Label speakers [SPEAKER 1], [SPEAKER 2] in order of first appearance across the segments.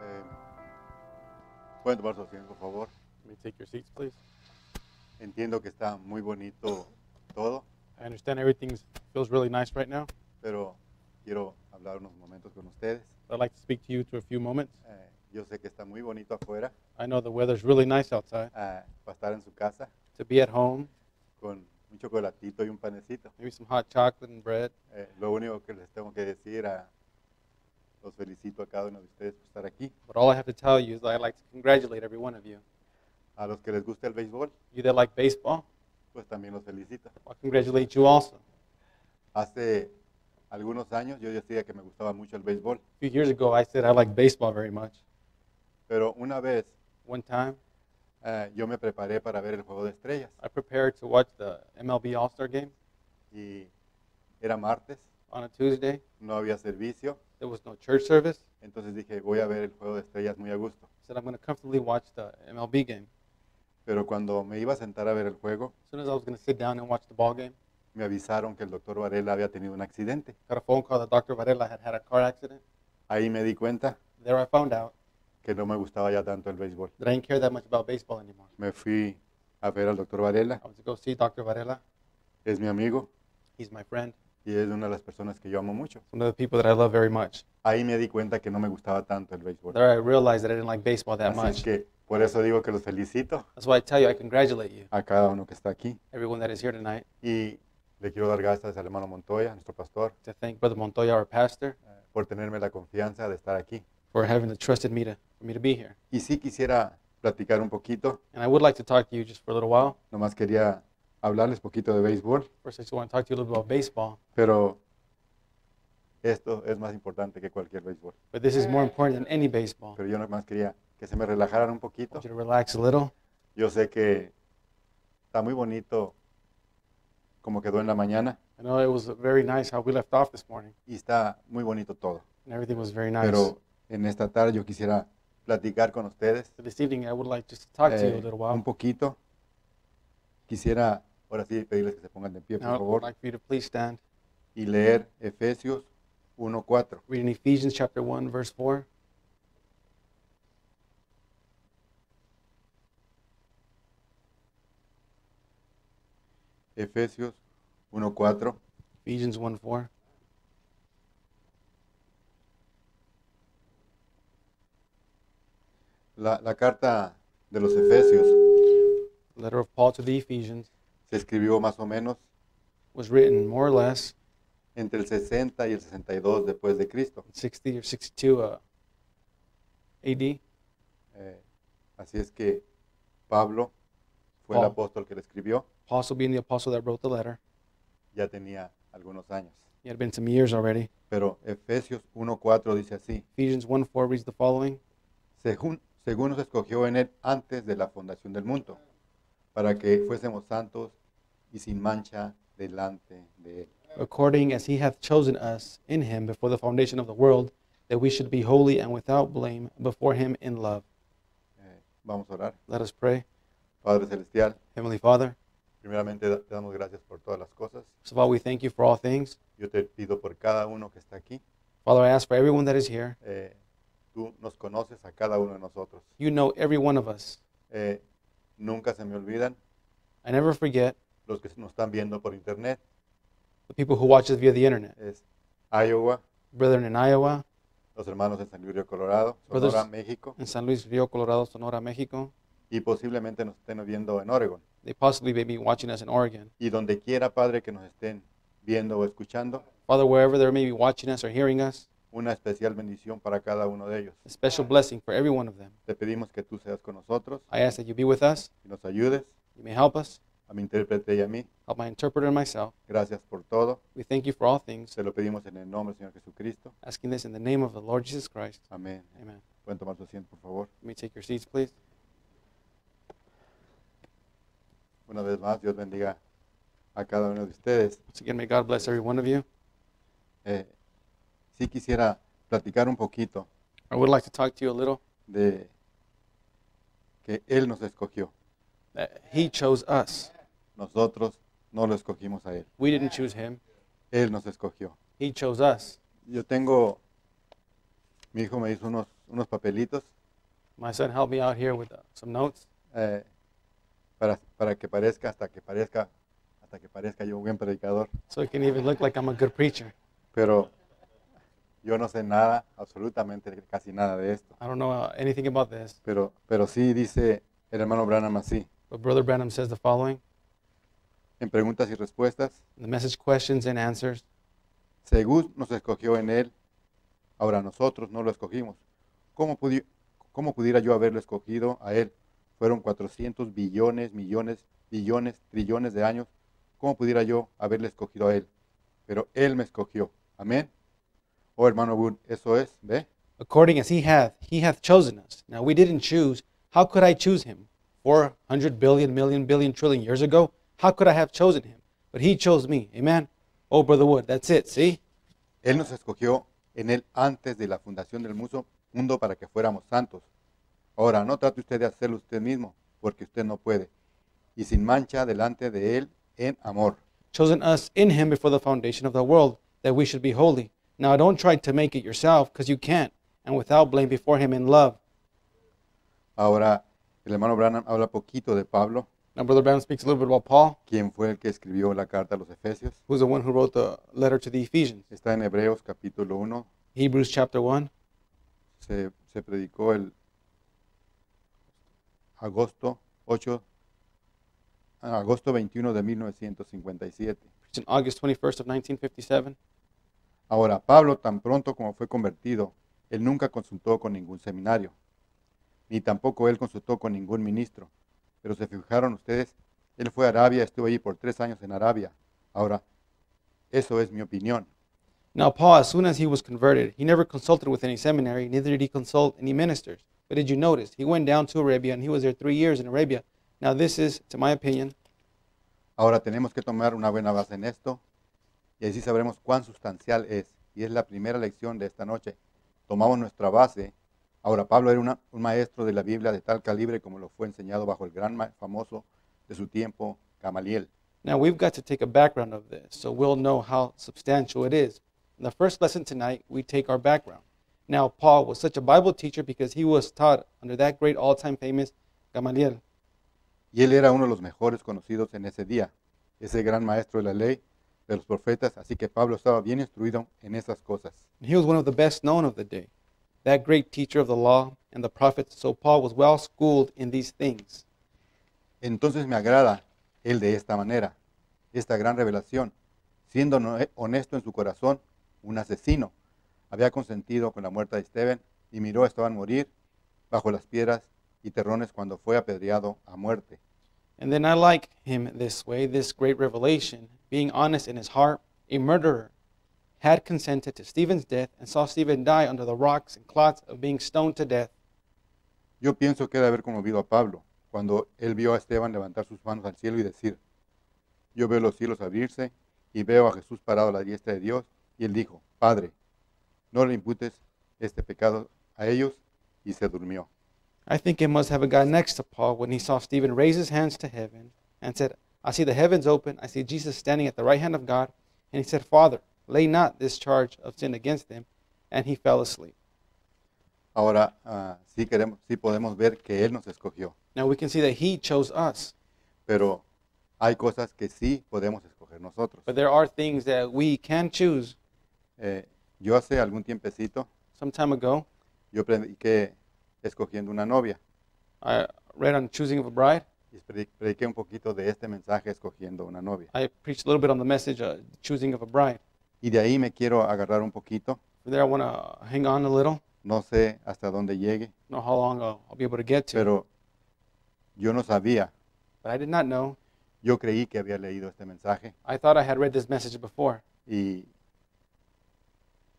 [SPEAKER 1] Eh, Pueden tomar su asiento, por favor.
[SPEAKER 2] May take your seats, please.
[SPEAKER 1] Entiendo que está muy bonito todo,
[SPEAKER 2] I understand everything's feels really nice right now.
[SPEAKER 1] pero quiero hablar unos momentos con ustedes.
[SPEAKER 2] I'd like to speak to you to a few moments.
[SPEAKER 1] Eh, yo sé que está muy bonito afuera,
[SPEAKER 2] I know the weather's really nice outside.
[SPEAKER 1] ah, para estar en su casa
[SPEAKER 2] To be at home,
[SPEAKER 1] con un chocolatito y un panecito.
[SPEAKER 2] maybe some hot chocolate and bread.
[SPEAKER 1] Eh, lo único que les tengo que decir, a, los felicito a cada uno de ustedes por estar aquí.
[SPEAKER 2] But all I have to tell you is I'd like to congratulate every one of you.
[SPEAKER 1] A los que les gusta el béisbol,
[SPEAKER 2] You that like baseball,
[SPEAKER 1] pues también los felicito.
[SPEAKER 2] I congratulate you also. A
[SPEAKER 1] Hace algunos años yo decía que me gustaba mucho el béisbol,
[SPEAKER 2] few years ago, I said I like baseball very much.
[SPEAKER 1] pero una vez
[SPEAKER 2] One time,
[SPEAKER 1] eh, yo me preparé para ver el juego de estrellas
[SPEAKER 2] I prepared to watch the MLB All Star game
[SPEAKER 1] y era martes,
[SPEAKER 2] on a Tuesday.
[SPEAKER 1] no había servicio,
[SPEAKER 2] There was no church service.
[SPEAKER 1] entonces dije voy a ver el juego de estrellas muy a gusto.
[SPEAKER 2] I said I'm going to comfortably watch the MLB game.
[SPEAKER 1] Pero cuando me iba a sentar a ver el juego,
[SPEAKER 2] As soon as I was going to sit down and watch the ball game,
[SPEAKER 1] me avisaron que el doctor Varela había tenido un accidente.
[SPEAKER 2] got a phone call that Dr. Varela had had a car accident.
[SPEAKER 1] Ahí me di cuenta
[SPEAKER 2] There I found out
[SPEAKER 1] que no me gustaba ya tanto el béisbol.
[SPEAKER 2] that I didn't care that much about baseball anymore.
[SPEAKER 1] Me fui a ver al doctor Varela,
[SPEAKER 2] I went to go see Dr. Varela.
[SPEAKER 1] es mi amigo
[SPEAKER 2] He's my friend.
[SPEAKER 1] y es una de las personas que yo amo mucho.
[SPEAKER 2] One of the people that I love very much.
[SPEAKER 1] Ahí me di cuenta que no me gustaba tanto el béisbol.
[SPEAKER 2] There I realized that I didn't like baseball that
[SPEAKER 1] Así es
[SPEAKER 2] much.
[SPEAKER 1] que por eso digo que los felicito
[SPEAKER 2] That's why I tell you, I congratulate you,
[SPEAKER 1] a cada uno que está aquí.
[SPEAKER 2] everyone that is here tonight,
[SPEAKER 1] Y le quiero dar gracias al hermano Montoya, nuestro pastor,
[SPEAKER 2] to thank Brother Montoya, our pastor,
[SPEAKER 1] eh, por tenerme la confianza de estar aquí.
[SPEAKER 2] for having the trusted me to, for me to be here.
[SPEAKER 1] Y sí quisiera platicar un poquito,
[SPEAKER 2] And I would like to talk to you just for a little while.
[SPEAKER 1] nomás quería hablarles poquito de béisbol,
[SPEAKER 2] First, I just want to talk to you a little bit about baseball,
[SPEAKER 1] pero esto es más importante que cualquier béisbol.
[SPEAKER 2] but this is more important than any baseball.
[SPEAKER 1] Pero yo nomás quería que se me relajaran un
[SPEAKER 2] I
[SPEAKER 1] poquito.
[SPEAKER 2] want you to relax a little.
[SPEAKER 1] Yo sé que está muy bonito como quedó en la mañana
[SPEAKER 2] I know it was very nice how we left off this morning,
[SPEAKER 1] y está muy bonito todo.
[SPEAKER 2] and everything was very nice.
[SPEAKER 1] Pero en esta tarde yo quisiera platicar con ustedes
[SPEAKER 2] So this evening, I would like just to talk to you
[SPEAKER 1] eh,
[SPEAKER 2] a little
[SPEAKER 1] un
[SPEAKER 2] while.
[SPEAKER 1] poquito. Quisiera ahora sí pedirles que se pongan de pie, por
[SPEAKER 2] Now, I would
[SPEAKER 1] favor,
[SPEAKER 2] like for you to please stand.
[SPEAKER 1] y leer Efesios 1.4.
[SPEAKER 2] Reading Ephesians chapter 1, verse 4.
[SPEAKER 1] Efesios 1.4.
[SPEAKER 2] Ephesians 1 4.
[SPEAKER 1] La, la carta de los Efesios
[SPEAKER 2] letter of Paul to the Ephesians
[SPEAKER 1] se escribió más o menos
[SPEAKER 2] was written more or less
[SPEAKER 1] entre el 60 y el 62 después de Cristo.
[SPEAKER 2] in 60 or 62 uh, AD.
[SPEAKER 1] Eh, así es que Pablo fue el
[SPEAKER 2] Paul.
[SPEAKER 1] apóstol que le escribió,
[SPEAKER 2] Apostle being the apostle that wrote the letter.
[SPEAKER 1] ya tenía algunos años.
[SPEAKER 2] It had been some years already.
[SPEAKER 1] Pero Efesios 1.4 dice así,
[SPEAKER 2] Ephesians 1 4 reads the following
[SPEAKER 1] según, según nos escogió en él antes de la fundación del mundo, para que fuésemos santos y sin mancha delante de él.
[SPEAKER 2] According as he hath chosen us in him before the foundation of the world, that we should be holy and without blame before him in love.
[SPEAKER 1] Eh, vamos a orar.
[SPEAKER 2] Let us pray.
[SPEAKER 1] Padre Celestial,
[SPEAKER 2] Heavenly Father,
[SPEAKER 1] primeramente da- te damos gracias por todas las cosas.
[SPEAKER 2] first of all, we thank you for all things.
[SPEAKER 1] Yo te pido por cada uno que está aquí.
[SPEAKER 2] Father, I ask for everyone that is here.
[SPEAKER 1] eh, tú nos conoces a cada uno de nosotros.
[SPEAKER 2] You know every one of us.
[SPEAKER 1] Eh, nunca se me olvidan
[SPEAKER 2] I never forget
[SPEAKER 1] los que nos están viendo por internet.
[SPEAKER 2] the people who watch us via the internet.
[SPEAKER 1] Es Iowa,
[SPEAKER 2] Brethren in Iowa,
[SPEAKER 1] los hermanos de San Luis Colorado,
[SPEAKER 2] Brothers-
[SPEAKER 1] Sonora, México,
[SPEAKER 2] in San Luis Rio, Colorado, Sonora, Mexico.
[SPEAKER 1] y posiblemente nos estén viendo en Oregon.
[SPEAKER 2] They possibly may be watching us in Oregon.
[SPEAKER 1] Y donde quiera, Padre, que nos estén viendo o escuchando,
[SPEAKER 2] Father, wherever they may be watching us or hearing us,
[SPEAKER 1] una especial bendición para cada uno de ellos.
[SPEAKER 2] a special blessing for every one of them.
[SPEAKER 1] Te pedimos que tú seas con nosotros
[SPEAKER 2] I ask that you be with us.
[SPEAKER 1] y nos ayudes,
[SPEAKER 2] You may help us,
[SPEAKER 1] a mi intérprete y a mí.
[SPEAKER 2] help my interpreter and myself.
[SPEAKER 1] Gracias por todo.
[SPEAKER 2] We thank you for all things,
[SPEAKER 1] Se lo pedimos en el nombre del Señor Jesucristo.
[SPEAKER 2] asking this in the name of the Lord Jesus Christ.
[SPEAKER 1] Amén.
[SPEAKER 2] Amen.
[SPEAKER 1] Pueden tomar su asiento, por favor.
[SPEAKER 2] Let me take your seats, please.
[SPEAKER 1] Una vez más, Dios bendiga a cada uno de ustedes.
[SPEAKER 2] Once again, may God bless every one of you.
[SPEAKER 1] Eh, sí quisiera platicar un poquito
[SPEAKER 2] I would like to talk to you a little.
[SPEAKER 1] de que Él nos escogió.
[SPEAKER 2] That Uh, he chose us.
[SPEAKER 1] Nosotros no lo escogimos a Él.
[SPEAKER 2] We didn't choose him.
[SPEAKER 1] Él nos escogió.
[SPEAKER 2] He chose us.
[SPEAKER 1] Yo tengo, mi hijo me hizo unos, unos papelitos
[SPEAKER 2] My son helped me out here with uh, some notes
[SPEAKER 1] eh, para, para que parezca hasta que parezca hasta que parezca yo un buen predicador,
[SPEAKER 2] so it can even look like I'm a good preacher.
[SPEAKER 1] pero yo no sé nada, absolutamente casi nada de esto.
[SPEAKER 2] I don't know uh, anything about this,
[SPEAKER 1] Pero, pero sí dice el hermano Branham así,
[SPEAKER 2] but Brother Branham says the following
[SPEAKER 1] en preguntas y respuestas,
[SPEAKER 2] in the message questions and answers.
[SPEAKER 1] según nos escogió en él, ahora nosotros no lo escogimos. ¿Cómo, pudi- cómo pudiera yo haberlo escogido a él? Fueron 400 billones, millones, billones, trillones de años. ¿Cómo pudiera yo haberle escogido a él? Pero él me escogió. Amén. Oh, hermano Wood, eso es, ¿ve?
[SPEAKER 2] According as he hath, he hath chosen us. Now we didn't choose. How could I choose him? 400 billion, million, billion, trillion years ago? How could I have chosen him? But he chose me. Amen. Oh, Brother Wood, that's it. See?
[SPEAKER 1] Él nos escogió en él antes de la fundación del muso- mundo para que fuéramos santos. Ahora, no trate usted de hacerlo usted mismo, porque usted no puede. Y sin mancha delante de él en amor.
[SPEAKER 2] chosen us in him before the foundation of the world, that we should be holy. Now don't try to make it yourself, because you can't, and without blame before him in love.
[SPEAKER 1] Ahora, el hermano Branham habla poquito de Pablo,
[SPEAKER 2] Now, Brother Brown speaks a little bit about Paul,
[SPEAKER 1] quien fue el que escribió la carta a los Efesios.
[SPEAKER 2] who's the one who wrote the letter to the Ephesians.
[SPEAKER 1] Está en Hebreos capítulo 1.
[SPEAKER 2] Hebrews chapter 1.
[SPEAKER 1] Se, se predicó el agosto 8, ah, agosto 21 de 1957.
[SPEAKER 2] It's on August 21st of 1957.
[SPEAKER 1] Ahora, Pablo, tan pronto como fue convertido, él nunca consultó con ningún seminario, ni tampoco él consultó con ningún ministro. Pero se fijaron ustedes, él fue a Arabia, estuvo allí por tres años en Arabia. Ahora, eso es mi opinión.
[SPEAKER 2] Now, Paul, as soon as he was converted, he never consulted with any seminary, neither did he consult any ministers. But did you notice? He went down to Arabia, and he was there three years in Arabia. Now, this is, to my opinion,
[SPEAKER 1] Ahora tenemos que tomar una buena base en esto y así sabremos cuán sustancial es. Y es la primera lección de esta noche. Tomamos nuestra base. Ahora, Pablo era una- un maestro de la Biblia de tal calibre como lo fue enseñado bajo el gran ma- famoso de su tiempo, Gamaliel.
[SPEAKER 2] Now, we've got to take a background of this so we'll know how substantial it is. In the first lesson tonight, we take our background. Now, Paul was such a Bible teacher because he was taught under that great all time famous Gamaliel.
[SPEAKER 1] Y él era uno de los mejores conocidos en ese día, ese gran maestro de la ley, de los profetas, así que Pablo estaba bien instruido en esas cosas.
[SPEAKER 2] And he was one of the best known of the day, that great teacher of the law and the prophets. So, Paul was well schooled in these things.
[SPEAKER 1] Entonces me agrada él de esta manera, esta gran revelación, siendo no- eh, honesto en su corazón, un asesino. Había consentido con la muerte de Esteban y miró a Esteban morir bajo las piedras y terrones cuando fue apedreado a muerte.
[SPEAKER 2] And then I like him this way, this great revelation, being honest in his heart, a murderer, had consented to Stephen's death and saw Stephen die under the rocks and clots of being stoned to death.
[SPEAKER 1] Yo pienso que debe haber conmovido a Pablo cuando él vio a Esteban levantar sus manos al cielo y decir, yo veo los cielos abrirse y veo a Jesús parado a la diestra de Dios, y él dijo, Padre, no le imputes este pecado a ellos, y se durmió.
[SPEAKER 2] I think it must have a guy next to Paul when he saw Stephen raise his hands to heaven and said, I see the heavens open, I see Jesus standing at the right hand of God. And he said, Father, lay not this charge of sin against them. And he fell asleep.
[SPEAKER 1] Ahora ah, sí, queremos, sí podemos ver que él nos escogió,
[SPEAKER 2] Now we can see that he chose us,
[SPEAKER 1] pero hay cosas que sí podemos escoger nosotros.
[SPEAKER 2] but there are things that we can choose.
[SPEAKER 1] Eh, yo hace algún tiempecito,
[SPEAKER 2] Some time ago,
[SPEAKER 1] yo prediqué escogiendo una novia,
[SPEAKER 2] I read on Choosing of a Bride.
[SPEAKER 1] y predi- prediqué un poquito de este mensaje escogiendo una novia.
[SPEAKER 2] I preached a little bit on the message, uh, Choosing of a Bride.
[SPEAKER 1] Y de ahí me quiero agarrar un poquito.
[SPEAKER 2] From there, I want to hang on a little.
[SPEAKER 1] No sé hasta dónde llegue,
[SPEAKER 2] Don't know how long I'll, I'll be able to get to,
[SPEAKER 1] pero yo no sabía.
[SPEAKER 2] but I did not know.
[SPEAKER 1] Yo creí que había leído este mensaje,
[SPEAKER 2] I thought I had read this message before.
[SPEAKER 1] y,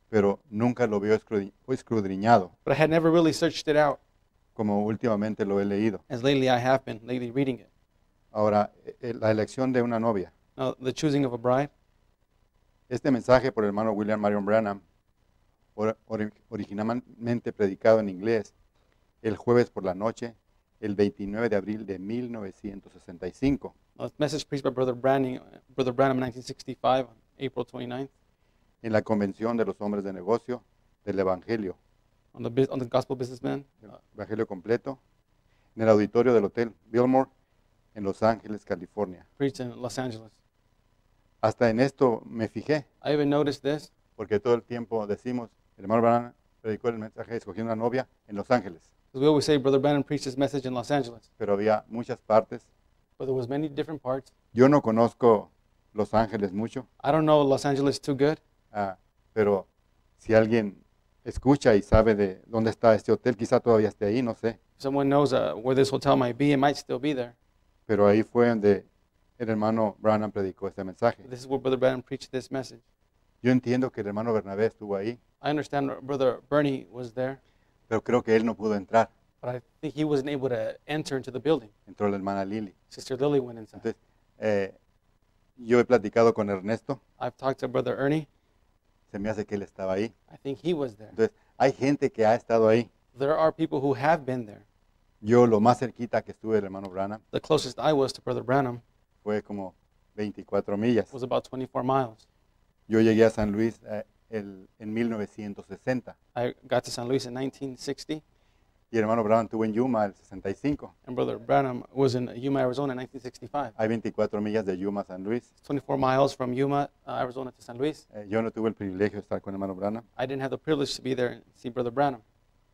[SPEAKER 1] pero nunca lo veo escrudi- escudriñado
[SPEAKER 2] but I had never really searched it out.
[SPEAKER 1] como últimamente lo he leído.
[SPEAKER 2] As lately I have been lately reading it.
[SPEAKER 1] Ahora, e- e- la elección de una novia.
[SPEAKER 2] Now, the choosing of a bride.
[SPEAKER 1] Este mensaje por el hermano William Marion Branham, or- ori- originalmente predicado en inglés el jueves por la noche, el 29 de abril de 1965.
[SPEAKER 2] A message preached by Brother Branham, Brother Branham in 1965 on April 29th
[SPEAKER 1] en la Convención de los Hombres de Negocio del Evangelio,
[SPEAKER 2] on the, bus- on the gospel businessman.
[SPEAKER 1] el Evangelio completo, en el auditorio del Hotel Billmore en Los Ángeles, California.
[SPEAKER 2] preached in Los Angeles.
[SPEAKER 1] Hasta en esto me fijé,
[SPEAKER 2] I even noticed this
[SPEAKER 1] porque todo el tiempo decimos, el hermano Branham predicó el mensaje escogiendo una novia en Los Ángeles,
[SPEAKER 2] because we always say Brother Brandon preached his message in Los Angeles,
[SPEAKER 1] pero había muchas partes.
[SPEAKER 2] but there was many different parts.
[SPEAKER 1] Yo no conozco Los Ángeles mucho,
[SPEAKER 2] I don't know Los Angeles too good,
[SPEAKER 1] ah, pero si alguien escucha y sabe de dónde está este hotel, quizá todavía esté ahí, no sé.
[SPEAKER 2] someone knows uh, where this hotel might be. It might still be there.
[SPEAKER 1] Pero ahí fue donde el hermano Branham predicó este mensaje.
[SPEAKER 2] This is where Brother Brandon preached this message.
[SPEAKER 1] Yo entiendo que el hermano Bernabé estuvo ahí,
[SPEAKER 2] I understand Brother Bernie was there,
[SPEAKER 1] pero creo que él no pudo entrar.
[SPEAKER 2] but I think he wasn't able to enter into the building.
[SPEAKER 1] Entró la hermana Lili.
[SPEAKER 2] Sister Lily went inside.
[SPEAKER 1] Entonces, eh, yo he platicado con Ernesto,
[SPEAKER 2] I've talked to Brother Ernie.
[SPEAKER 1] se me hace que él estaba ahí.
[SPEAKER 2] I think he was there.
[SPEAKER 1] Entonces, hay gente que ha estado ahí.
[SPEAKER 2] There are people who have been there.
[SPEAKER 1] Yo lo más cerquita que estuve del hermano Branham
[SPEAKER 2] The closest I was to Brother Branham
[SPEAKER 1] fue como 24 millas.
[SPEAKER 2] was about 24 miles.
[SPEAKER 1] Yo llegué a San Luis eh, el- en 1960
[SPEAKER 2] I got to San Luis in 1960,
[SPEAKER 1] y el hermano Branham estuvo en Yuma el 65.
[SPEAKER 2] and Brother Branham was in Yuma, Arizona in 1965.
[SPEAKER 1] Hay 24 millas de Yuma a San Luis.
[SPEAKER 2] It's 24 miles from Yuma, uh, Arizona to San Luis.
[SPEAKER 1] Eh, yo no tuve el privilegio de estar con el hermano Branham.
[SPEAKER 2] I didn't have the privilege to be there and see Brother Branham.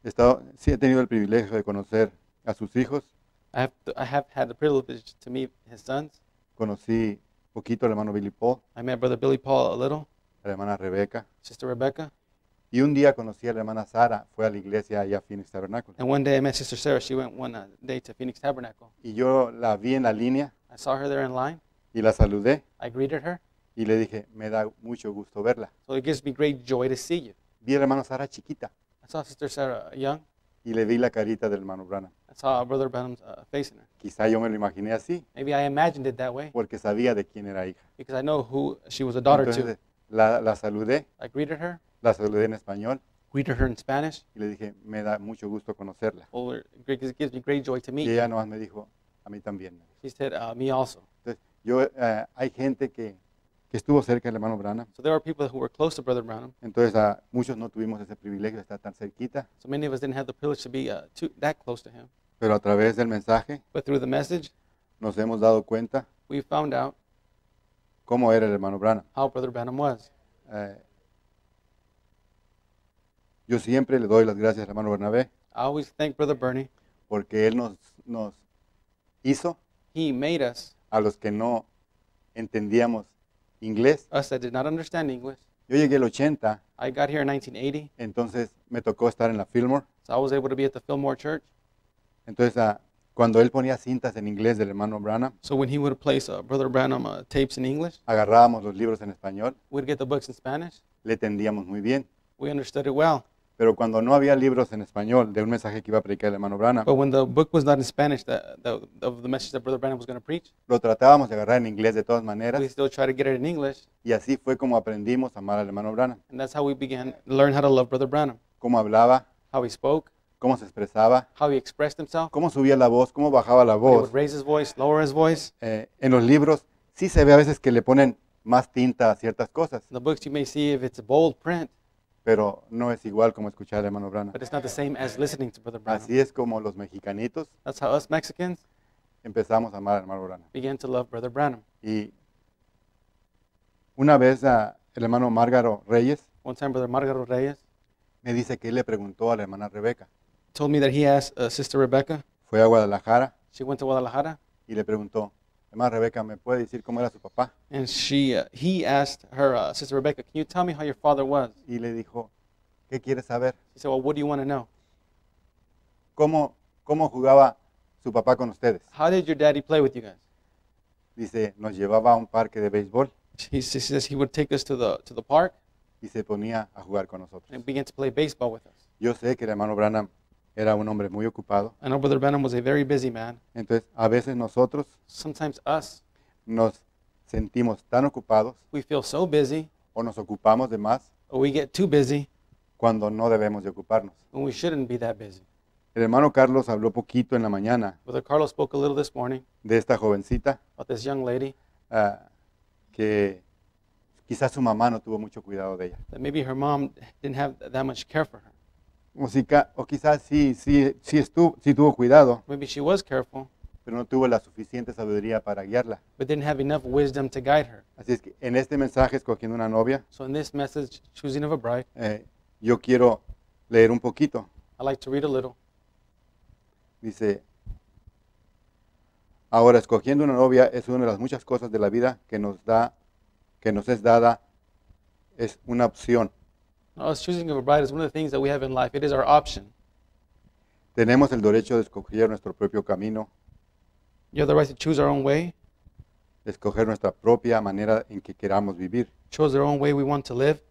[SPEAKER 1] He estado- sí he tenido el privilegio de conocer a sus hijos.
[SPEAKER 2] I have, I have had the privilege to meet his sons.
[SPEAKER 1] Conocí poquito al hermano Billy Paul,
[SPEAKER 2] I met Brother Billy Paul a little,
[SPEAKER 1] a la hermana Rebeca.
[SPEAKER 2] Sister Rebecca,
[SPEAKER 1] Y un día conocí a la hermana Sara, fue a la iglesia allá a Phoenix Tabernáculo.
[SPEAKER 2] and one day I met Sister Sarah. She went one uh, day to Phoenix Tabernacle.
[SPEAKER 1] Y yo la vi en la línea
[SPEAKER 2] I saw her there in line.
[SPEAKER 1] y la saludé
[SPEAKER 2] I greeted her.
[SPEAKER 1] y le dije, me da mucho gusto verla.
[SPEAKER 2] So it gives me great joy to see you.
[SPEAKER 1] Vi a la hermana Sara chiquita
[SPEAKER 2] I saw Sister Sarah young.
[SPEAKER 1] y le vi la carita del hermano Branham.
[SPEAKER 2] I saw Brother Branham's uh, face in her.
[SPEAKER 1] Quizá yo me lo imaginé así
[SPEAKER 2] Maybe I imagined it that way
[SPEAKER 1] porque sabía de quién era hija.
[SPEAKER 2] because I know who she was a daughter to.
[SPEAKER 1] Entonces la, la saludé,
[SPEAKER 2] I greeted her,
[SPEAKER 1] la saludé en español
[SPEAKER 2] greeted her in Spanish.
[SPEAKER 1] y le dije, me da mucho gusto conocerla.
[SPEAKER 2] Well, it gives- gives me great joy to meet
[SPEAKER 1] Y
[SPEAKER 2] you.
[SPEAKER 1] ella nomás me dijo, a mí también.
[SPEAKER 2] She said, uh, me also.
[SPEAKER 1] Entonces, yo, eh, hay gente que, que estuvo cerca del hermano Branham.
[SPEAKER 2] So there are people who were close to Brother Branham.
[SPEAKER 1] Entonces, ah, muchos no tuvimos ese privilegio de estar tan cerquita,
[SPEAKER 2] So many of us didn't have the privilege to be uh, too, that close to him.
[SPEAKER 1] pero a través del mensaje
[SPEAKER 2] But through the message,
[SPEAKER 1] nos hemos dado cuenta
[SPEAKER 2] we found out
[SPEAKER 1] cómo era el hermano Branham.
[SPEAKER 2] how Brother Branham was.
[SPEAKER 1] Eh, yo siempre le doy las gracias al hermano Bernabé
[SPEAKER 2] I always thank Brother Bernie.
[SPEAKER 1] porque él nos, nos hizo
[SPEAKER 2] He made us,
[SPEAKER 1] a los que no entendíamos inglés.
[SPEAKER 2] us that did not understand English.
[SPEAKER 1] Yo llegué al 80,
[SPEAKER 2] I got here in 1980,
[SPEAKER 1] entonces me tocó estar en la Fillmore.
[SPEAKER 2] so I was able to be at the Fillmore Church.
[SPEAKER 1] Entonces, ah, cuando él ponía cintas en inglés del hermano Branham,
[SPEAKER 2] So when he would place uh, Brother Branham uh, tapes in English,
[SPEAKER 1] agarrábamos los libros en español,
[SPEAKER 2] we'd get the books in Spanish.
[SPEAKER 1] le entendíamos muy bien.
[SPEAKER 2] We understood it well.
[SPEAKER 1] Pero cuando no había libros en español de un mensaje que iba a predicar el hermano Branham,
[SPEAKER 2] But when the book was not in Spanish, that, that, of the message that Brother Branham was going to preach,
[SPEAKER 1] lo tratábamos de agarrar en inglés de todas
[SPEAKER 2] we
[SPEAKER 1] maneras
[SPEAKER 2] still try to get it in English,
[SPEAKER 1] y así fue como aprendimos a amar al hermano Branham,
[SPEAKER 2] and that's how we began to learn how to love Brother Branham,
[SPEAKER 1] cómo hablaba,
[SPEAKER 2] how he spoke,
[SPEAKER 1] cómo se expresaba,
[SPEAKER 2] how he expressed himself.
[SPEAKER 1] cómo subía la voz, cómo bajaba la
[SPEAKER 2] He
[SPEAKER 1] voz.
[SPEAKER 2] would raise his voice, lower his voice.
[SPEAKER 1] Eh, en los libros sí se ve a veces que le ponen más tinta a ciertas cosas,
[SPEAKER 2] In the books, you may see if it's bold print,
[SPEAKER 1] pero no es igual como escuchar al hermano Branham.
[SPEAKER 2] but it's not the same as listening to Brother Branham.
[SPEAKER 1] Así es como los mexicanitos
[SPEAKER 2] That's how us Mexicans
[SPEAKER 1] empezamos a amar al hermano Branham.
[SPEAKER 2] began to love Brother Branham.
[SPEAKER 1] Y una vez ah, el hermano Márgaro Reyes
[SPEAKER 2] One time, Brother Margaro Reyes
[SPEAKER 1] me dice que él le preguntó a la hermana Rebeca.
[SPEAKER 2] told me that he asked uh, Sister Rebecca,
[SPEAKER 1] Fue a Guadalajara
[SPEAKER 2] she went to Guadalajara,
[SPEAKER 1] y le preguntó, hermana Rebeca, ¿me puede decir cómo era su papá?
[SPEAKER 2] and she, uh, he asked her, uh, Sister Rebecca, can you tell me how your father was?
[SPEAKER 1] Y le dijo, ¿qué quieres saber?
[SPEAKER 2] She said, well, what do you want to know?
[SPEAKER 1] ¿Cómo, cómo jugaba su papá con ustedes?
[SPEAKER 2] How did your daddy play with you guys?
[SPEAKER 1] Dice, nos llevaba a un parque de béisbol
[SPEAKER 2] He, s- he says he would take us to the to the park
[SPEAKER 1] y se ponía a jugar con nosotros.
[SPEAKER 2] and began to play baseball with us.
[SPEAKER 1] Yo sé que el hermano Branham era un hombre muy ocupado,
[SPEAKER 2] I know Brother Benham was a very busy man.
[SPEAKER 1] entonces a veces nosotros
[SPEAKER 2] Sometimes us,
[SPEAKER 1] nos sentimos tan ocupados
[SPEAKER 2] we feel so busy
[SPEAKER 1] o nos ocupamos de más
[SPEAKER 2] or we get too busy
[SPEAKER 1] cuando no debemos de ocuparnos.
[SPEAKER 2] when we shouldn't be that busy.
[SPEAKER 1] El hermano Carlos habló poquito en la mañana
[SPEAKER 2] Brother Carlos spoke a little this morning
[SPEAKER 1] de esta jovencita
[SPEAKER 2] about this young lady
[SPEAKER 1] ah, que quizás su mamá no tuvo mucho cuidado de ella.
[SPEAKER 2] that maybe her mom didn't have that much care for her.
[SPEAKER 1] O, si ca- o quizás sí, sí, sí, estuvo, sí tuvo cuidado,
[SPEAKER 2] Maybe she was careful,
[SPEAKER 1] pero no tuvo la suficiente sabiduría para guiarla.
[SPEAKER 2] but didn't have enough wisdom to guide her.
[SPEAKER 1] Así es que en este mensaje, escogiendo una novia,
[SPEAKER 2] So in this message, choosing of a bride,
[SPEAKER 1] eh, yo quiero leer un poquito.
[SPEAKER 2] I like to read a little.
[SPEAKER 1] Dice, ahora escogiendo una novia es una de las muchas cosas de la vida que nos da, que nos es dada, es una opción.
[SPEAKER 2] Us choosing of a bride is one of the things that we have in life. It is our option.
[SPEAKER 1] Tenemos el derecho de escoger nuestro propio camino,
[SPEAKER 2] You have the right to choose our own way,
[SPEAKER 1] de escoger nuestra propia manera en que queramos vivir.
[SPEAKER 2] chose our own way we want to live.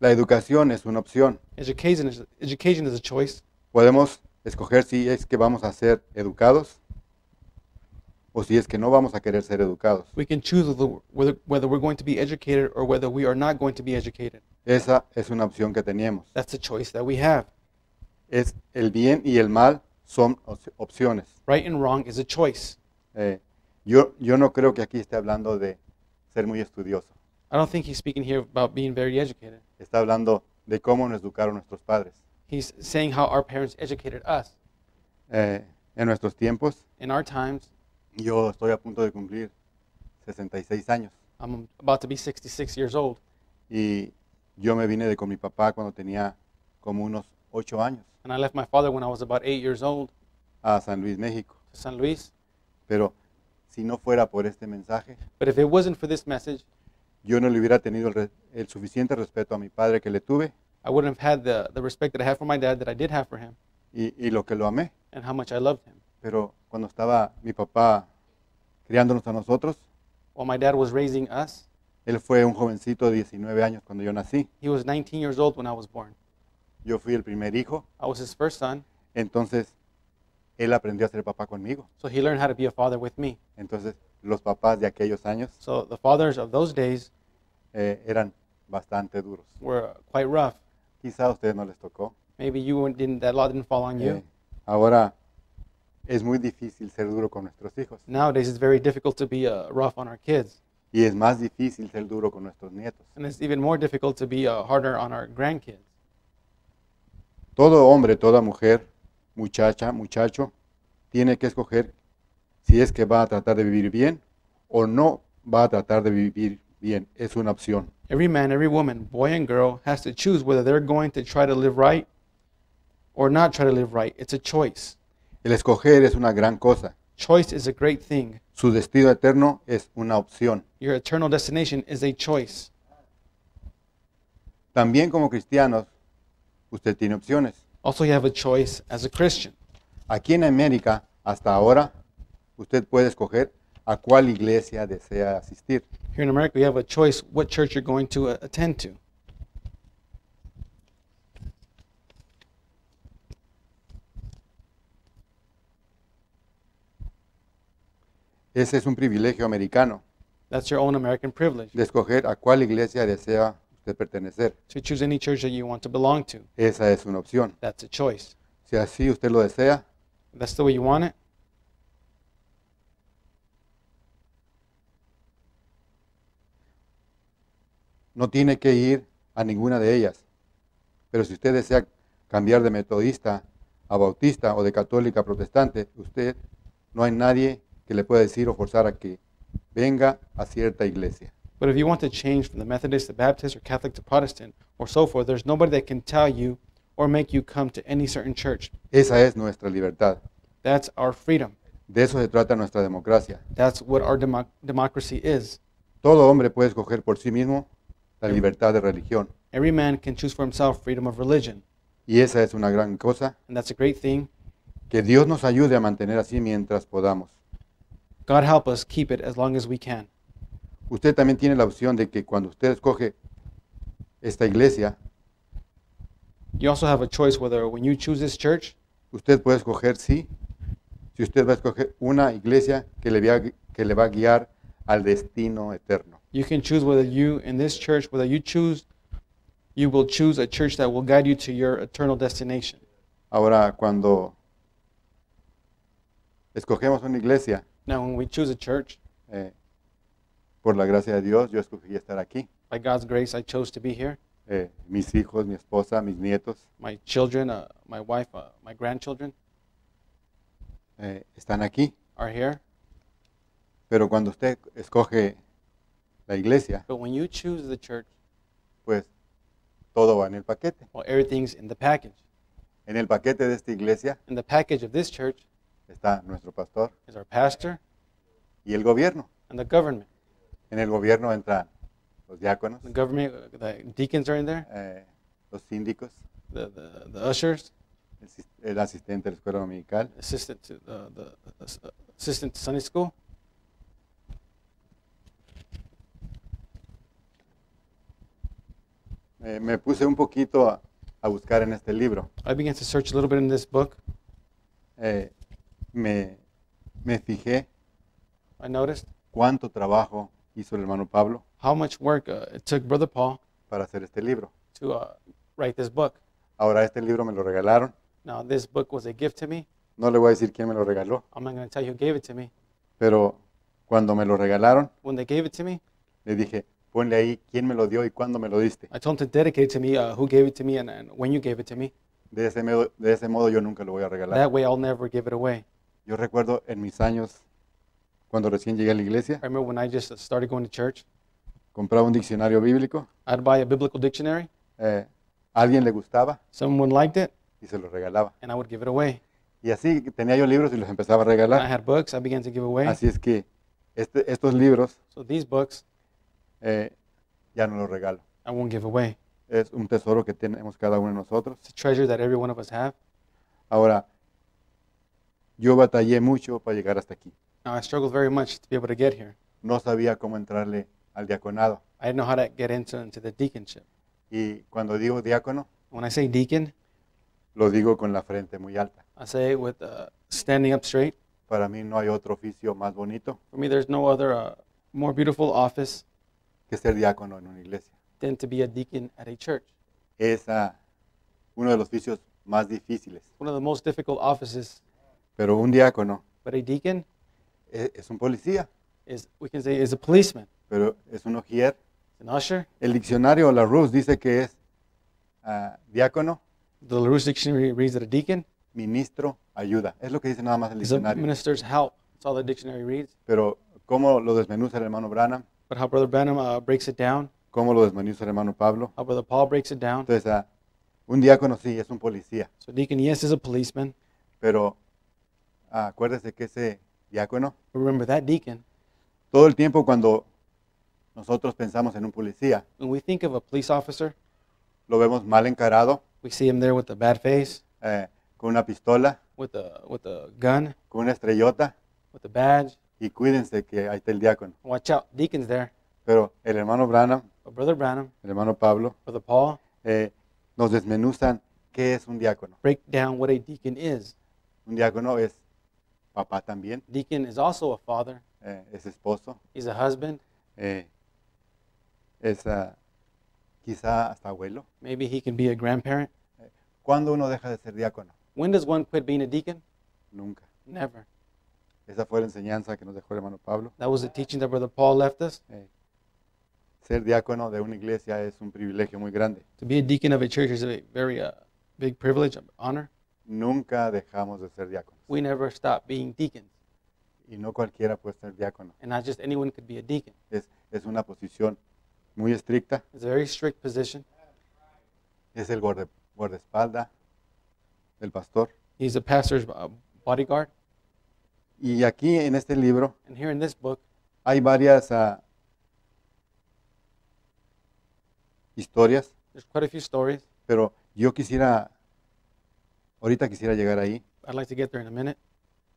[SPEAKER 1] La educación es una opción.
[SPEAKER 2] Education is, education is a choice.
[SPEAKER 1] Podemos escoger si es que vamos a ser educados o si es que no vamos a querer ser educados.
[SPEAKER 2] We can choose whether, whether, whether we're going to be educated or whether we are not going to be educated.
[SPEAKER 1] Esa es una opción que tenemos.
[SPEAKER 2] That's a choice that we have.
[SPEAKER 1] Es el bien y el mal son op- opciones.
[SPEAKER 2] Right and wrong is a choice.
[SPEAKER 1] Eh, yo, yo no creo que aquí esté hablando de ser muy estudioso.
[SPEAKER 2] I don't think he's speaking here about being very educated.
[SPEAKER 1] Está hablando de cómo nos educaron nuestros padres.
[SPEAKER 2] He's saying how our parents educated us.
[SPEAKER 1] Eh, en nuestros tiempos,
[SPEAKER 2] In our times,
[SPEAKER 1] yo estoy a punto de cumplir 66 años
[SPEAKER 2] I'm about to be 66 years old.
[SPEAKER 1] y yo me vine de con mi papá cuando tenía como unos 8 años
[SPEAKER 2] And I left my father when I was about eight years old
[SPEAKER 1] a San Luis, México.
[SPEAKER 2] to San Luis.
[SPEAKER 1] Pero si no fuera por este mensaje,
[SPEAKER 2] But if it wasn't for this message,
[SPEAKER 1] yo no le hubiera tenido el, re- el suficiente respeto a mi padre que le tuve
[SPEAKER 2] I wouldn't have had the, the respect that I had for my dad that I did have for him
[SPEAKER 1] y, y lo que lo amé.
[SPEAKER 2] and how much I loved him.
[SPEAKER 1] Pero cuando estaba mi papá criándonos a nosotros,
[SPEAKER 2] While my dad was raising us,
[SPEAKER 1] Él fue un jovencito de 19 años cuando yo nací.
[SPEAKER 2] he was 19 years old when I was born.
[SPEAKER 1] Yo fui el primer hijo,
[SPEAKER 2] I was his first son,
[SPEAKER 1] entonces él aprendió a ser papá conmigo.
[SPEAKER 2] so he learned how to be a father with me.
[SPEAKER 1] Entonces los papás de aquellos años
[SPEAKER 2] So the fathers of those days
[SPEAKER 1] eh, eran bastante duros.
[SPEAKER 2] were quite rough.
[SPEAKER 1] Quizá a ustedes no les tocó.
[SPEAKER 2] Maybe you weren't- didn't, that law didn't fall on you.
[SPEAKER 1] Eh, ahora es muy difícil ser duro con nuestros hijos
[SPEAKER 2] Nowadays, it's very difficult to be uh, rough on our kids,
[SPEAKER 1] y es más difícil ser duro con nuestros nietos.
[SPEAKER 2] and it's even more difficult to be uh, harder on our grandkids.
[SPEAKER 1] Todo hombre, toda mujer, muchacha, muchacho, tiene que escoger si es que va a tratar de vivir bien o no va a tratar de vivir bien. Es una opción.
[SPEAKER 2] Every man, every woman, boy and girl has to choose whether they're going to try to live right or not try to live right. It's a choice.
[SPEAKER 1] El escoger es una gran cosa.
[SPEAKER 2] Choice is a great thing.
[SPEAKER 1] Su destino eterno es una opción.
[SPEAKER 2] Your eternal destination is a choice.
[SPEAKER 1] También como cristianos, usted tiene opciones.
[SPEAKER 2] Also, you have a choice as a Christian.
[SPEAKER 1] Aquí en América, hasta ahora, usted puede escoger a cuál iglesia desea asistir.
[SPEAKER 2] Here in America, you have a choice what church you're going to uh, attend to.
[SPEAKER 1] Ese es un privilegio americano,
[SPEAKER 2] That's your own American privilege
[SPEAKER 1] de escoger a cuál iglesia desea usted pertenecer.
[SPEAKER 2] to choose any church that you want to belong to.
[SPEAKER 1] Esa es una opción.
[SPEAKER 2] That's a choice.
[SPEAKER 1] Si así usted lo desea,
[SPEAKER 2] If that's the way you want it.
[SPEAKER 1] no tiene que ir a ninguna de ellas. Pero si usted desea cambiar de metodista a bautista o de católica a protestante, usted no hay nadie que le pueda decir o forzar a que venga a cierta iglesia.
[SPEAKER 2] But if you want to change from the Methodist to Baptist or Catholic to Protestant or so forth, there's nobody that can tell you or make you come to any certain church.
[SPEAKER 1] Esa es nuestra libertad.
[SPEAKER 2] That's our freedom.
[SPEAKER 1] De eso se trata nuestra democracia.
[SPEAKER 2] That's what our democ- democracy is.
[SPEAKER 1] Todo hombre puede escoger por sí mismo la libertad de religión.
[SPEAKER 2] Every man can choose for himself freedom of religion.
[SPEAKER 1] Y esa es una gran cosa
[SPEAKER 2] And that's a great thing.
[SPEAKER 1] que Dios nos ayude a mantener así mientras podamos.
[SPEAKER 2] God help us keep it as long as we can.
[SPEAKER 1] Usted también tiene la opción de que cuando usted escoge esta iglesia,
[SPEAKER 2] You also have a choice whether when you choose this church,
[SPEAKER 1] Usted puede escoger sí, si usted va a escoger una iglesia que le, va a gui- que le va a guiar al destino eterno.
[SPEAKER 2] you can choose whether you in this church, whether you choose, you will choose a church that will guide you to your eternal destination.
[SPEAKER 1] Ahora, cuando escogemos una iglesia,
[SPEAKER 2] Now, when we choose a church,
[SPEAKER 1] eh, por la gracia de Dios, yo escogí estar aquí.
[SPEAKER 2] by God's grace, I chose to be here.
[SPEAKER 1] Eh, eh, mis hijos, mi esposa, mis nietos,
[SPEAKER 2] my children, uh, my wife, uh, my grandchildren
[SPEAKER 1] eh, están aquí.
[SPEAKER 2] are here.
[SPEAKER 1] Pero cuando usted escoge la iglesia,
[SPEAKER 2] But when you choose the church,
[SPEAKER 1] pues todo va en el paquete.
[SPEAKER 2] well, everything's in the package.
[SPEAKER 1] En el paquete de esta iglesia
[SPEAKER 2] In the package of this church
[SPEAKER 1] está nuestro pastor
[SPEAKER 2] is our pastor
[SPEAKER 1] y el gobierno.
[SPEAKER 2] and the government.
[SPEAKER 1] En el gobierno entran los diáconos,
[SPEAKER 2] The government, uh, the deacons are in there,
[SPEAKER 1] eh, los síndicos,
[SPEAKER 2] the, the, the ushers,
[SPEAKER 1] el, sis- el asistente de la escuela dominical,
[SPEAKER 2] assistant to uh, the uh, assistant to Sunday school,
[SPEAKER 1] Eh, me puse un poquito a, a buscar en este libro.
[SPEAKER 2] I began to search a little bit in this book.
[SPEAKER 1] Eh, me, me fijé
[SPEAKER 2] I noticed
[SPEAKER 1] cuánto trabajo hizo el hermano Pablo
[SPEAKER 2] how much work uh, it took Brother Paul
[SPEAKER 1] para hacer este libro.
[SPEAKER 2] to uh, write this book.
[SPEAKER 1] Ahora este libro me lo regalaron.
[SPEAKER 2] Now, this book was a gift to me.
[SPEAKER 1] No le voy a decir quién me lo regaló,
[SPEAKER 2] I'm not going to tell you who gave it to me.
[SPEAKER 1] pero cuando me lo regalaron
[SPEAKER 2] When they gave it to me,
[SPEAKER 1] le dije, ponle ahí quién me lo dio y cuándo me lo diste.
[SPEAKER 2] I told them to dedicate it to me uh, who gave it to me and, and when you gave it to me.
[SPEAKER 1] De ese, modo, de ese modo yo nunca lo voy a regalar.
[SPEAKER 2] That way, I'll never give it away.
[SPEAKER 1] Yo recuerdo en mis años, cuando recién llegué a la iglesia,
[SPEAKER 2] I remember when I just started going to church,
[SPEAKER 1] compraba un diccionario bíblico,
[SPEAKER 2] I'd buy a biblical dictionary.
[SPEAKER 1] eh, a alguien le gustaba
[SPEAKER 2] Someone liked it,
[SPEAKER 1] y se lo regalaba.
[SPEAKER 2] and I would give it away.
[SPEAKER 1] Y así tenía yo libros y los empezaba a
[SPEAKER 2] I
[SPEAKER 1] regalar.
[SPEAKER 2] had books I began to give away.
[SPEAKER 1] Así es que este- estos libros
[SPEAKER 2] So these books
[SPEAKER 1] eh, ya no los regalo.
[SPEAKER 2] I won't give away.
[SPEAKER 1] Es un tesoro que tenemos cada uno de nosotros.
[SPEAKER 2] It's a treasure that every one of us have.
[SPEAKER 1] Ahora, yo batallé mucho para llegar hasta aquí.
[SPEAKER 2] Now, I struggled very much to be able to get here.
[SPEAKER 1] No sabía cómo entrarle al diaconado.
[SPEAKER 2] I didn't know how to get into, into the deaconship.
[SPEAKER 1] Y cuando digo diácono,
[SPEAKER 2] When I say deacon,
[SPEAKER 1] lo digo con la frente muy alta.
[SPEAKER 2] I say it with uh, standing up straight.
[SPEAKER 1] Para mí no hay otro oficio más bonito
[SPEAKER 2] For me, there's no other uh, more beautiful office
[SPEAKER 1] que ser diácono en una iglesia.
[SPEAKER 2] than to be a deacon at a church.
[SPEAKER 1] Es ah, uno de los oficios más difíciles.
[SPEAKER 2] One of the most difficult offices,
[SPEAKER 1] Pero un diácono
[SPEAKER 2] but a deacon
[SPEAKER 1] e- es, un policía,
[SPEAKER 2] is, we can say, is a policeman,
[SPEAKER 1] pero es un ojier.
[SPEAKER 2] an usher.
[SPEAKER 1] El diccionario La Rus dice que es ah, diácono,
[SPEAKER 2] The LaRousse dictionary reads that a deacon
[SPEAKER 1] ministro, ayuda. Es lo que dice nada más el
[SPEAKER 2] is a
[SPEAKER 1] diccionario.
[SPEAKER 2] minister's help. That's all the dictionary reads.
[SPEAKER 1] Pero cómo lo desmenuza el hermano Branham,
[SPEAKER 2] But how Brother Branham uh, breaks it down,
[SPEAKER 1] cómo lo desmenuza el hermano Pablo.
[SPEAKER 2] how Brother Paul breaks it down.
[SPEAKER 1] Entonces, ah, un diácono sí es un policía,
[SPEAKER 2] So deacon, yes, is a policeman.
[SPEAKER 1] pero ah, acuérdese que ese diácono,
[SPEAKER 2] But remember that deacon,
[SPEAKER 1] todo el tiempo cuando nosotros pensamos en un policía,
[SPEAKER 2] when we think of a police officer,
[SPEAKER 1] lo vemos mal encarado,
[SPEAKER 2] we see him there with a bad face,
[SPEAKER 1] eh, con una pistola,
[SPEAKER 2] with a, with a gun,
[SPEAKER 1] con una estrellota,
[SPEAKER 2] with a badge.
[SPEAKER 1] y cuídense que ahí está el diácono.
[SPEAKER 2] Watch out, deacon's there.
[SPEAKER 1] Pero el hermano Branham,
[SPEAKER 2] But Brother Branham,
[SPEAKER 1] el hermano Pablo,
[SPEAKER 2] Brother Paul,
[SPEAKER 1] eh, nos desmenuzan qué es un diácono.
[SPEAKER 2] break down what a deacon is.
[SPEAKER 1] Un diácono es papá también,
[SPEAKER 2] Deacon is also a father,
[SPEAKER 1] eh, es esposo,
[SPEAKER 2] he's a husband,
[SPEAKER 1] eh, es ah, quizá hasta abuelo.
[SPEAKER 2] maybe he can be a grandparent.
[SPEAKER 1] ¿Cuándo uno deja de ser diácono?
[SPEAKER 2] When does one quit being a deacon?
[SPEAKER 1] Nunca.
[SPEAKER 2] Never.
[SPEAKER 1] Esa fue la enseñanza que nos dejó el hermano Pablo.
[SPEAKER 2] That was the teaching that Brother Paul left us.
[SPEAKER 1] Eh, ser diácono de una iglesia es un privilegio muy grande.
[SPEAKER 2] To be a deacon of a church is a very uh, big privilege, an honor.
[SPEAKER 1] Nunca dejamos de ser diáconos.
[SPEAKER 2] We never stop being deacons,
[SPEAKER 1] Y no cualquiera puede ser diácono.
[SPEAKER 2] and not just anyone could be a deacon.
[SPEAKER 1] Es, es una posición muy estricta.
[SPEAKER 2] It's a very strict position.
[SPEAKER 1] Es el guarda- guardaespalda del pastor.
[SPEAKER 2] He's a pastor's uh, bodyguard.
[SPEAKER 1] Y aquí en este libro
[SPEAKER 2] And here in this book,
[SPEAKER 1] hay varias ah, historias,
[SPEAKER 2] there's quite a few stories.
[SPEAKER 1] pero yo quisiera, ahorita quisiera llegar ahí,
[SPEAKER 2] I'd like to get there in a minute.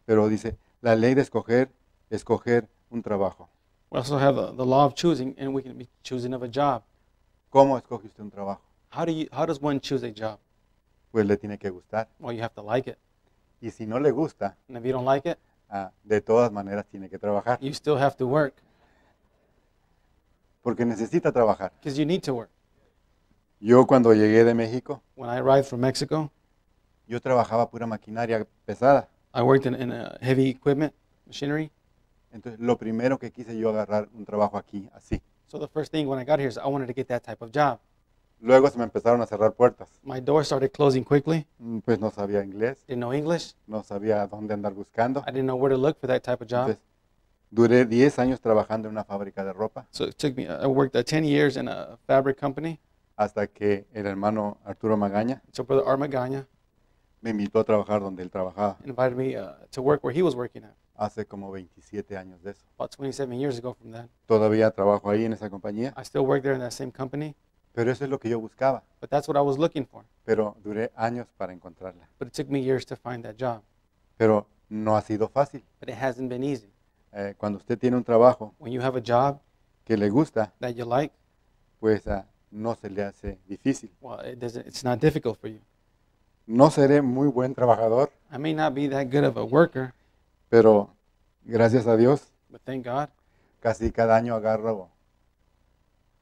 [SPEAKER 1] pero dice, la ley de escoger, escoger un trabajo.
[SPEAKER 2] We also have uh, the, the law of choosing, and we can be choosing of a job.
[SPEAKER 1] ¿Cómo escoge usted un trabajo?
[SPEAKER 2] How do you? How does one choose a job?
[SPEAKER 1] Pues le tiene que gustar.
[SPEAKER 2] Well, you have to like it,
[SPEAKER 1] Y si no le gusta,
[SPEAKER 2] and if you don't like it,
[SPEAKER 1] ah, de todas maneras tiene que trabajar,
[SPEAKER 2] you still have to work
[SPEAKER 1] porque necesita trabajar.
[SPEAKER 2] because you need to work.
[SPEAKER 1] Yo cuando llegué de México,
[SPEAKER 2] When I arrived from Mexico,
[SPEAKER 1] yo trabajaba pura maquinaria pesada.
[SPEAKER 2] I worked in, in uh, heavy equipment, machinery.
[SPEAKER 1] Entonces, lo primero que quise yo agarrar un trabajo aquí, así.
[SPEAKER 2] So the first thing when I got here is I wanted to get that type of job.
[SPEAKER 1] Luego se me empezaron a cerrar puertas.
[SPEAKER 2] My door started closing quickly.
[SPEAKER 1] Mm, Pues no sabía inglés,
[SPEAKER 2] Didn't know English.
[SPEAKER 1] no sabía dónde andar buscando.
[SPEAKER 2] I didn't know where to look for that type of job.
[SPEAKER 1] Entonces, duré 10 años trabajando en una fábrica de ropa
[SPEAKER 2] So it took me, I worked uh, 10 years in a fabric company.
[SPEAKER 1] hasta que el hermano Arturo Magaña
[SPEAKER 2] So Brother Armagana
[SPEAKER 1] me invitó a trabajar donde él trabajaba
[SPEAKER 2] invited me uh, to work where he was working at
[SPEAKER 1] hace como 27 años de eso.
[SPEAKER 2] about 27 years ago from that.
[SPEAKER 1] Todavía trabajo ahí en esa compañía,
[SPEAKER 2] I still work there in that same company,
[SPEAKER 1] pero eso es lo que yo buscaba,
[SPEAKER 2] but that's what I was looking for.
[SPEAKER 1] pero duré años para encontrarla.
[SPEAKER 2] But it took me years to find that job.
[SPEAKER 1] Pero no ha sido fácil.
[SPEAKER 2] But it hasn't been easy.
[SPEAKER 1] Eh, cuando usted tiene un trabajo
[SPEAKER 2] When you have a job
[SPEAKER 1] que le gusta,
[SPEAKER 2] that you like,
[SPEAKER 1] pues ah, no se le hace difícil.
[SPEAKER 2] well, it doesn't, it's not difficult for you.
[SPEAKER 1] No seré muy buen trabajador,
[SPEAKER 2] I may not be that good of a worker,
[SPEAKER 1] pero gracias a Dios
[SPEAKER 2] but thank God,
[SPEAKER 1] casi cada año agarro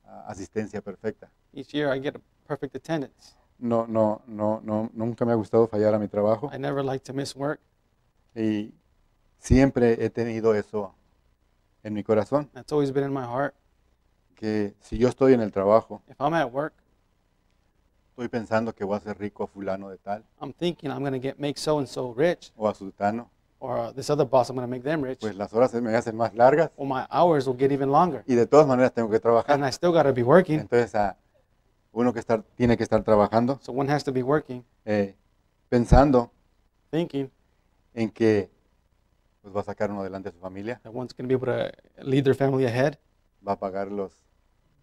[SPEAKER 1] ah, asistencia perfecta.
[SPEAKER 2] each year I get a perfect attendance.
[SPEAKER 1] No, no, no, no, nunca me ha gustado fallar a mi trabajo
[SPEAKER 2] I never like to miss work.
[SPEAKER 1] y siempre he tenido eso en mi corazón,
[SPEAKER 2] That's always been in my heart.
[SPEAKER 1] que si yo estoy en el trabajo,
[SPEAKER 2] If I'm at work,
[SPEAKER 1] estoy pensando que voy a ser rico a fulano de tal
[SPEAKER 2] I'm thinking I'm going to get make so and so rich,
[SPEAKER 1] o a sultano,
[SPEAKER 2] or uh, this other boss, I'm going to make them rich.
[SPEAKER 1] pues las horas se me hacen más largas
[SPEAKER 2] Well, my hours will get even longer,
[SPEAKER 1] y de todas maneras tengo que trabajar.
[SPEAKER 2] and I still got to be working.
[SPEAKER 1] Entonces, ah, uno que estar, tiene que estar trabajando,
[SPEAKER 2] So one has to be working,
[SPEAKER 1] eh, pensando
[SPEAKER 2] thinking
[SPEAKER 1] en que pues, va a sacar uno adelante a su familia,
[SPEAKER 2] that one's going to be able to lead their family ahead,
[SPEAKER 1] va a pagar los,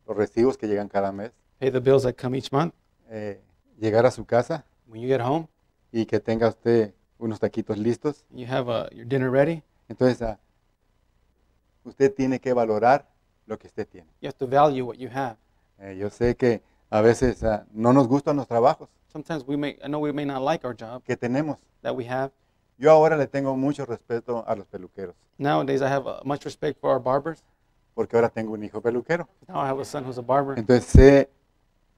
[SPEAKER 1] los recibos que llegan cada mes,
[SPEAKER 2] pay the bills that come each month.
[SPEAKER 1] eh, llegar a su casa
[SPEAKER 2] When you get home,
[SPEAKER 1] y que tenga usted unos taquitos listos.
[SPEAKER 2] you have uh, your dinner ready.
[SPEAKER 1] Entonces, ah, usted tiene que valorar lo que usted tiene.
[SPEAKER 2] You have to value what you have.
[SPEAKER 1] Eh, yo sé que a veces ah, no nos gustan los trabajos
[SPEAKER 2] Sometimes we may, I know we may not like our job
[SPEAKER 1] que tenemos.
[SPEAKER 2] that we have.
[SPEAKER 1] Yo ahora le tengo mucho respeto a los peluqueros,
[SPEAKER 2] Nowadays, I have uh, much respect for our barbers.
[SPEAKER 1] porque ahora tengo un hijo peluquero.
[SPEAKER 2] Now I have a son who's a barber.
[SPEAKER 1] Entonces sé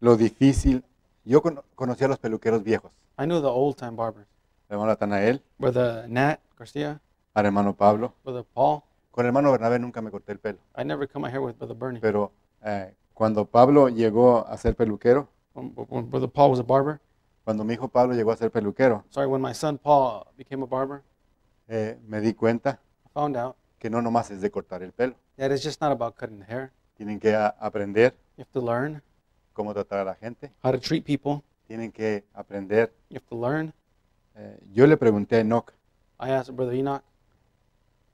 [SPEAKER 1] lo difícil. Yo cono- conocí a los peluqueros viejos,
[SPEAKER 2] I knew the old time barbers,
[SPEAKER 1] al hermano Natanael,
[SPEAKER 2] Brother Nat Garcia,
[SPEAKER 1] al hermano Pablo.
[SPEAKER 2] Brother Paul.
[SPEAKER 1] Con el hermano Bernabé nunca me corté el pelo,
[SPEAKER 2] I never cut my hair with Brother Bernie.
[SPEAKER 1] pero eh, cuando Pablo llegó a ser peluquero,
[SPEAKER 2] When, when Brother Paul was a barber,
[SPEAKER 1] cuando mi hijo Pablo llegó a ser peluquero,
[SPEAKER 2] sorry, when my son Paul became a barber,
[SPEAKER 1] eh, me di cuenta
[SPEAKER 2] I found out
[SPEAKER 1] que no nomás es de cortar el pelo.
[SPEAKER 2] that it's just not about cutting the hair.
[SPEAKER 1] Tienen que a- aprender
[SPEAKER 2] You have to learn
[SPEAKER 1] cómo tratar a la gente,
[SPEAKER 2] how to treat people.
[SPEAKER 1] tienen que aprender.
[SPEAKER 2] You have to learn.
[SPEAKER 1] Eh, yo le pregunté a Enoch,
[SPEAKER 2] I asked Brother Enoch,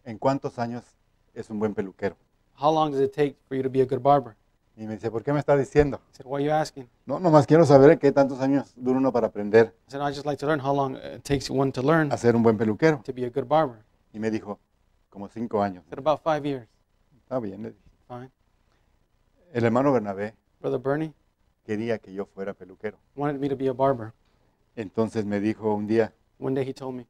[SPEAKER 1] ¿en cuántos años es un buen peluquero?
[SPEAKER 2] how long does it take for you to be a good barber?
[SPEAKER 1] Y me dice, ¿por qué me está diciendo?
[SPEAKER 2] He said, why are you asking?
[SPEAKER 1] No, nomás quiero saber qué tantos años dura uno para aprender
[SPEAKER 2] I said, I just like to learn how long it takes one to learn
[SPEAKER 1] a ser un buen peluquero.
[SPEAKER 2] to be a good barber.
[SPEAKER 1] Y me dijo, como cinco años.
[SPEAKER 2] He said, about five years.
[SPEAKER 1] Está bien, le dije.
[SPEAKER 2] Fine.
[SPEAKER 1] El hermano Bernabé
[SPEAKER 2] Brother Bernie
[SPEAKER 1] quería que yo fuera peluquero.
[SPEAKER 2] wanted me to be a barber.
[SPEAKER 1] Entonces me dijo un día,
[SPEAKER 2] One day he told me,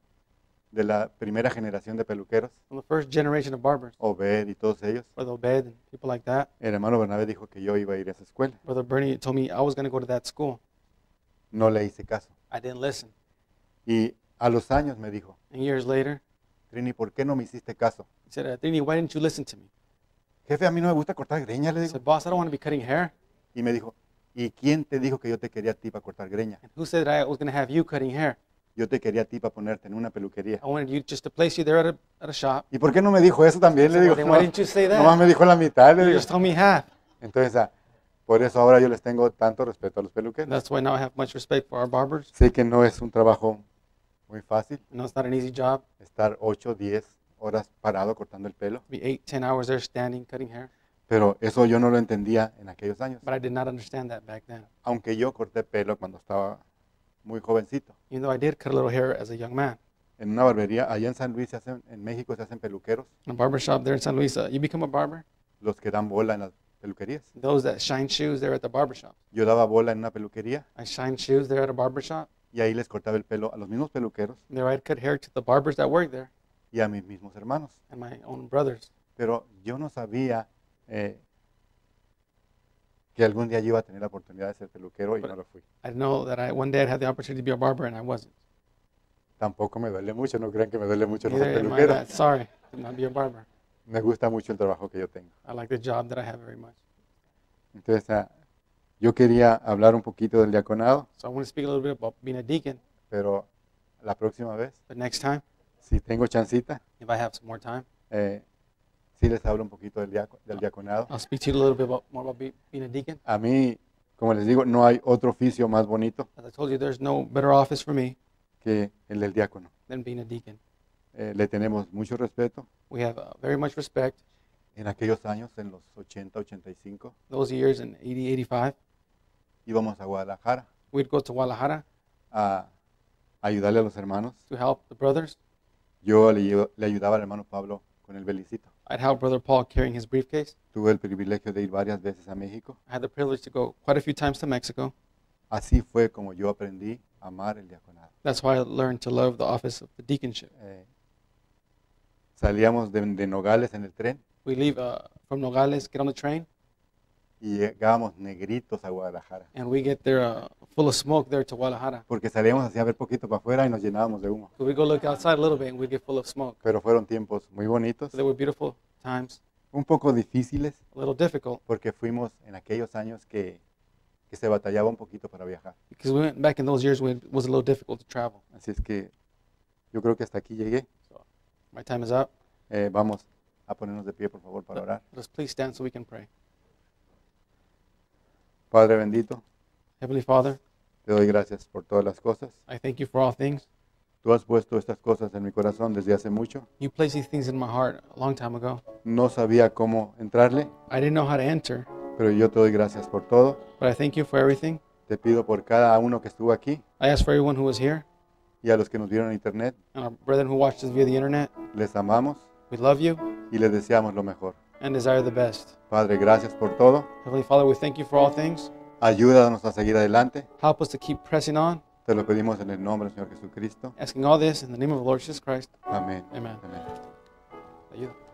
[SPEAKER 1] de la primera generación de peluqueros,
[SPEAKER 2] from the first generation of barbers,
[SPEAKER 1] Obed y todos ellos,
[SPEAKER 2] Brother Obed and people like that,
[SPEAKER 1] el hermano Bernabé dijo que yo iba a ir a esa escuela.
[SPEAKER 2] Brother Bernie told me I was going to go to that school.
[SPEAKER 1] No le hice caso.
[SPEAKER 2] I didn't listen.
[SPEAKER 1] Y a los años me dijo,
[SPEAKER 2] And years later,
[SPEAKER 1] Trini, ¿por qué no me hiciste caso?
[SPEAKER 2] he said, Adini, why didn't you listen to me?
[SPEAKER 1] Jefe, a mí no me gusta cortar greña, le
[SPEAKER 2] I
[SPEAKER 1] digo.
[SPEAKER 2] said, boss, I don't want to be cutting hair.
[SPEAKER 1] Y me dijo, ¿y quién te dijo que yo te quería a ti para cortar greña?
[SPEAKER 2] And who said I was going to have you cutting hair?
[SPEAKER 1] Yo te quería a ti para ponerte en una peluquería.
[SPEAKER 2] I wanted you just to place you there at a, at a shop.
[SPEAKER 1] ¿Y por qué no me dijo eso también? Le digo,
[SPEAKER 2] Well, then
[SPEAKER 1] no,
[SPEAKER 2] why didn't you say that?
[SPEAKER 1] nomás me dijo la mitad, le
[SPEAKER 2] You
[SPEAKER 1] digo.
[SPEAKER 2] just told me half.
[SPEAKER 1] Entonces, ah, por eso ahora yo les tengo tanto respeto a los
[SPEAKER 2] And
[SPEAKER 1] peluqueros.
[SPEAKER 2] that's why now I have much respect for our barbers.
[SPEAKER 1] Sé que no es un trabajo muy fácil
[SPEAKER 2] I know it's not an easy job.
[SPEAKER 1] estar 8 10 horas parado cortando el pelo,
[SPEAKER 2] Be eight, ten hours there standing, cutting hair.
[SPEAKER 1] pero eso yo no lo entendía en aquellos años,
[SPEAKER 2] But I did not understand that back then.
[SPEAKER 1] aunque yo corté pelo cuando estaba muy jovencito.
[SPEAKER 2] Even though I did cut a little hair as a young man.
[SPEAKER 1] En una barbería, allá en San Luis, se hacen, en México se hacen peluqueros,
[SPEAKER 2] In a barber shop there in San Luis, uh, you become a barber.
[SPEAKER 1] los que dan bola en las peluquerías.
[SPEAKER 2] Those that shine shoes there at the barber shop.
[SPEAKER 1] Yo daba bola en una peluquería
[SPEAKER 2] I shine shoes there at a barber shop.
[SPEAKER 1] y ahí les cortaba el pelo a los mismos peluqueros
[SPEAKER 2] There I'd cut hair to the barbers that worked there
[SPEAKER 1] y a mis mismos hermanos.
[SPEAKER 2] and my own brothers.
[SPEAKER 1] pero yo no sabía eh, que algún día yo iba a tener la oportunidad de ser peluquero y
[SPEAKER 2] Pero-
[SPEAKER 1] no lo fui.
[SPEAKER 2] I know that I one day I'd have the opportunity to be a barber and I wasn't.
[SPEAKER 1] Tampoco me duele mucho, no crean que me duele mucho no ser
[SPEAKER 2] Neither am I
[SPEAKER 1] peluquero.
[SPEAKER 2] that sorry to not be a barber.
[SPEAKER 1] Me gusta mucho el trabajo que yo tengo.
[SPEAKER 2] I like the job that I have very much.
[SPEAKER 1] Entonces, ah, Yo quería hablar un poquito del diaconado,
[SPEAKER 2] So I want to speak a little bit about being a deacon,
[SPEAKER 1] pero la próxima vez,
[SPEAKER 2] but next time,
[SPEAKER 1] si tengo chancita,
[SPEAKER 2] if I have some more time,
[SPEAKER 1] eh, sí les hablo un poquito del, diaco- del diaconado.
[SPEAKER 2] I'll speak to you a little bit about, more about be, being a deacon.
[SPEAKER 1] A mí, como les digo, no hay otro oficio más bonito
[SPEAKER 2] As I told you, there's no better office for me
[SPEAKER 1] que el del diácono.
[SPEAKER 2] than being a deacon.
[SPEAKER 1] Eh, le tenemos mucho respeto.
[SPEAKER 2] We have uh, very much respect.
[SPEAKER 1] En aquellos años, en los 80, 85,
[SPEAKER 2] Those years in 80, 85,
[SPEAKER 1] íbamos a Guadalajara
[SPEAKER 2] we'd go to Guadalajara
[SPEAKER 1] a ayudarle a los hermanos.
[SPEAKER 2] to help the brothers.
[SPEAKER 1] Yo le, llevo- le ayudaba al hermano Pablo con el belicito.
[SPEAKER 2] I'd help Brother Paul carrying his briefcase.
[SPEAKER 1] Tuve el privilegio de ir varias veces a México.
[SPEAKER 2] I had the privilege to go quite a few times to Mexico.
[SPEAKER 1] Así fue como yo aprendí a amar el diaconado.
[SPEAKER 2] That's why I learned to love the office of the deaconship.
[SPEAKER 1] Eh, salíamos de, de Nogales en el tren
[SPEAKER 2] We leave uh, from Nogales, get on the train,
[SPEAKER 1] y llegábamos negritos a Guadalajara.
[SPEAKER 2] and we get there uh, full of smoke there to Guadalajara.
[SPEAKER 1] Porque salíamos así a ver poquito para afuera y nos llenábamos de humo.
[SPEAKER 2] So we go look outside a little bit, and we get full of smoke.
[SPEAKER 1] Pero fueron tiempos muy bonitos,
[SPEAKER 2] So they were beautiful times,
[SPEAKER 1] un poco difíciles,
[SPEAKER 2] a little difficult,
[SPEAKER 1] porque fuimos en aquellos años que, que se batallaba un poquito para viajar.
[SPEAKER 2] because we went back in those years when it was a little difficult to travel.
[SPEAKER 1] Así es que yo creo que hasta aquí llegué.
[SPEAKER 2] My time is up.
[SPEAKER 1] Eh, vamos a ponernos de pie, por favor, para orar.
[SPEAKER 2] Let us please stand so we can pray.
[SPEAKER 1] Padre bendito,
[SPEAKER 2] Heavenly Father,
[SPEAKER 1] te doy gracias por todas las cosas.
[SPEAKER 2] I thank you for all things.
[SPEAKER 1] Tú has puesto estas cosas en mi corazón desde hace mucho.
[SPEAKER 2] You placed these things in my heart a long time ago.
[SPEAKER 1] No sabía cómo entrarle,
[SPEAKER 2] I didn't know how to enter,
[SPEAKER 1] pero yo te doy gracias por todo.
[SPEAKER 2] but I thank you for everything.
[SPEAKER 1] Te pido por cada uno que estuvo aquí
[SPEAKER 2] I ask for everyone who was here
[SPEAKER 1] y a los que nos vieron en internet.
[SPEAKER 2] and our brethren who watched this via the internet.
[SPEAKER 1] Les amamos
[SPEAKER 2] We love you
[SPEAKER 1] y les deseamos lo mejor.
[SPEAKER 2] and desire the best.
[SPEAKER 1] Padre, gracias por todo.
[SPEAKER 2] Heavenly Father, we thank you for all things.
[SPEAKER 1] Ayúdanos a seguir adelante.
[SPEAKER 2] Help us to keep pressing on,
[SPEAKER 1] Te lo pedimos en el nombre del Señor Jesucristo.
[SPEAKER 2] asking all this in the name of the Lord Jesus Christ.
[SPEAKER 1] Amén.
[SPEAKER 2] Amen.
[SPEAKER 1] Amén.
[SPEAKER 2] Ayuda.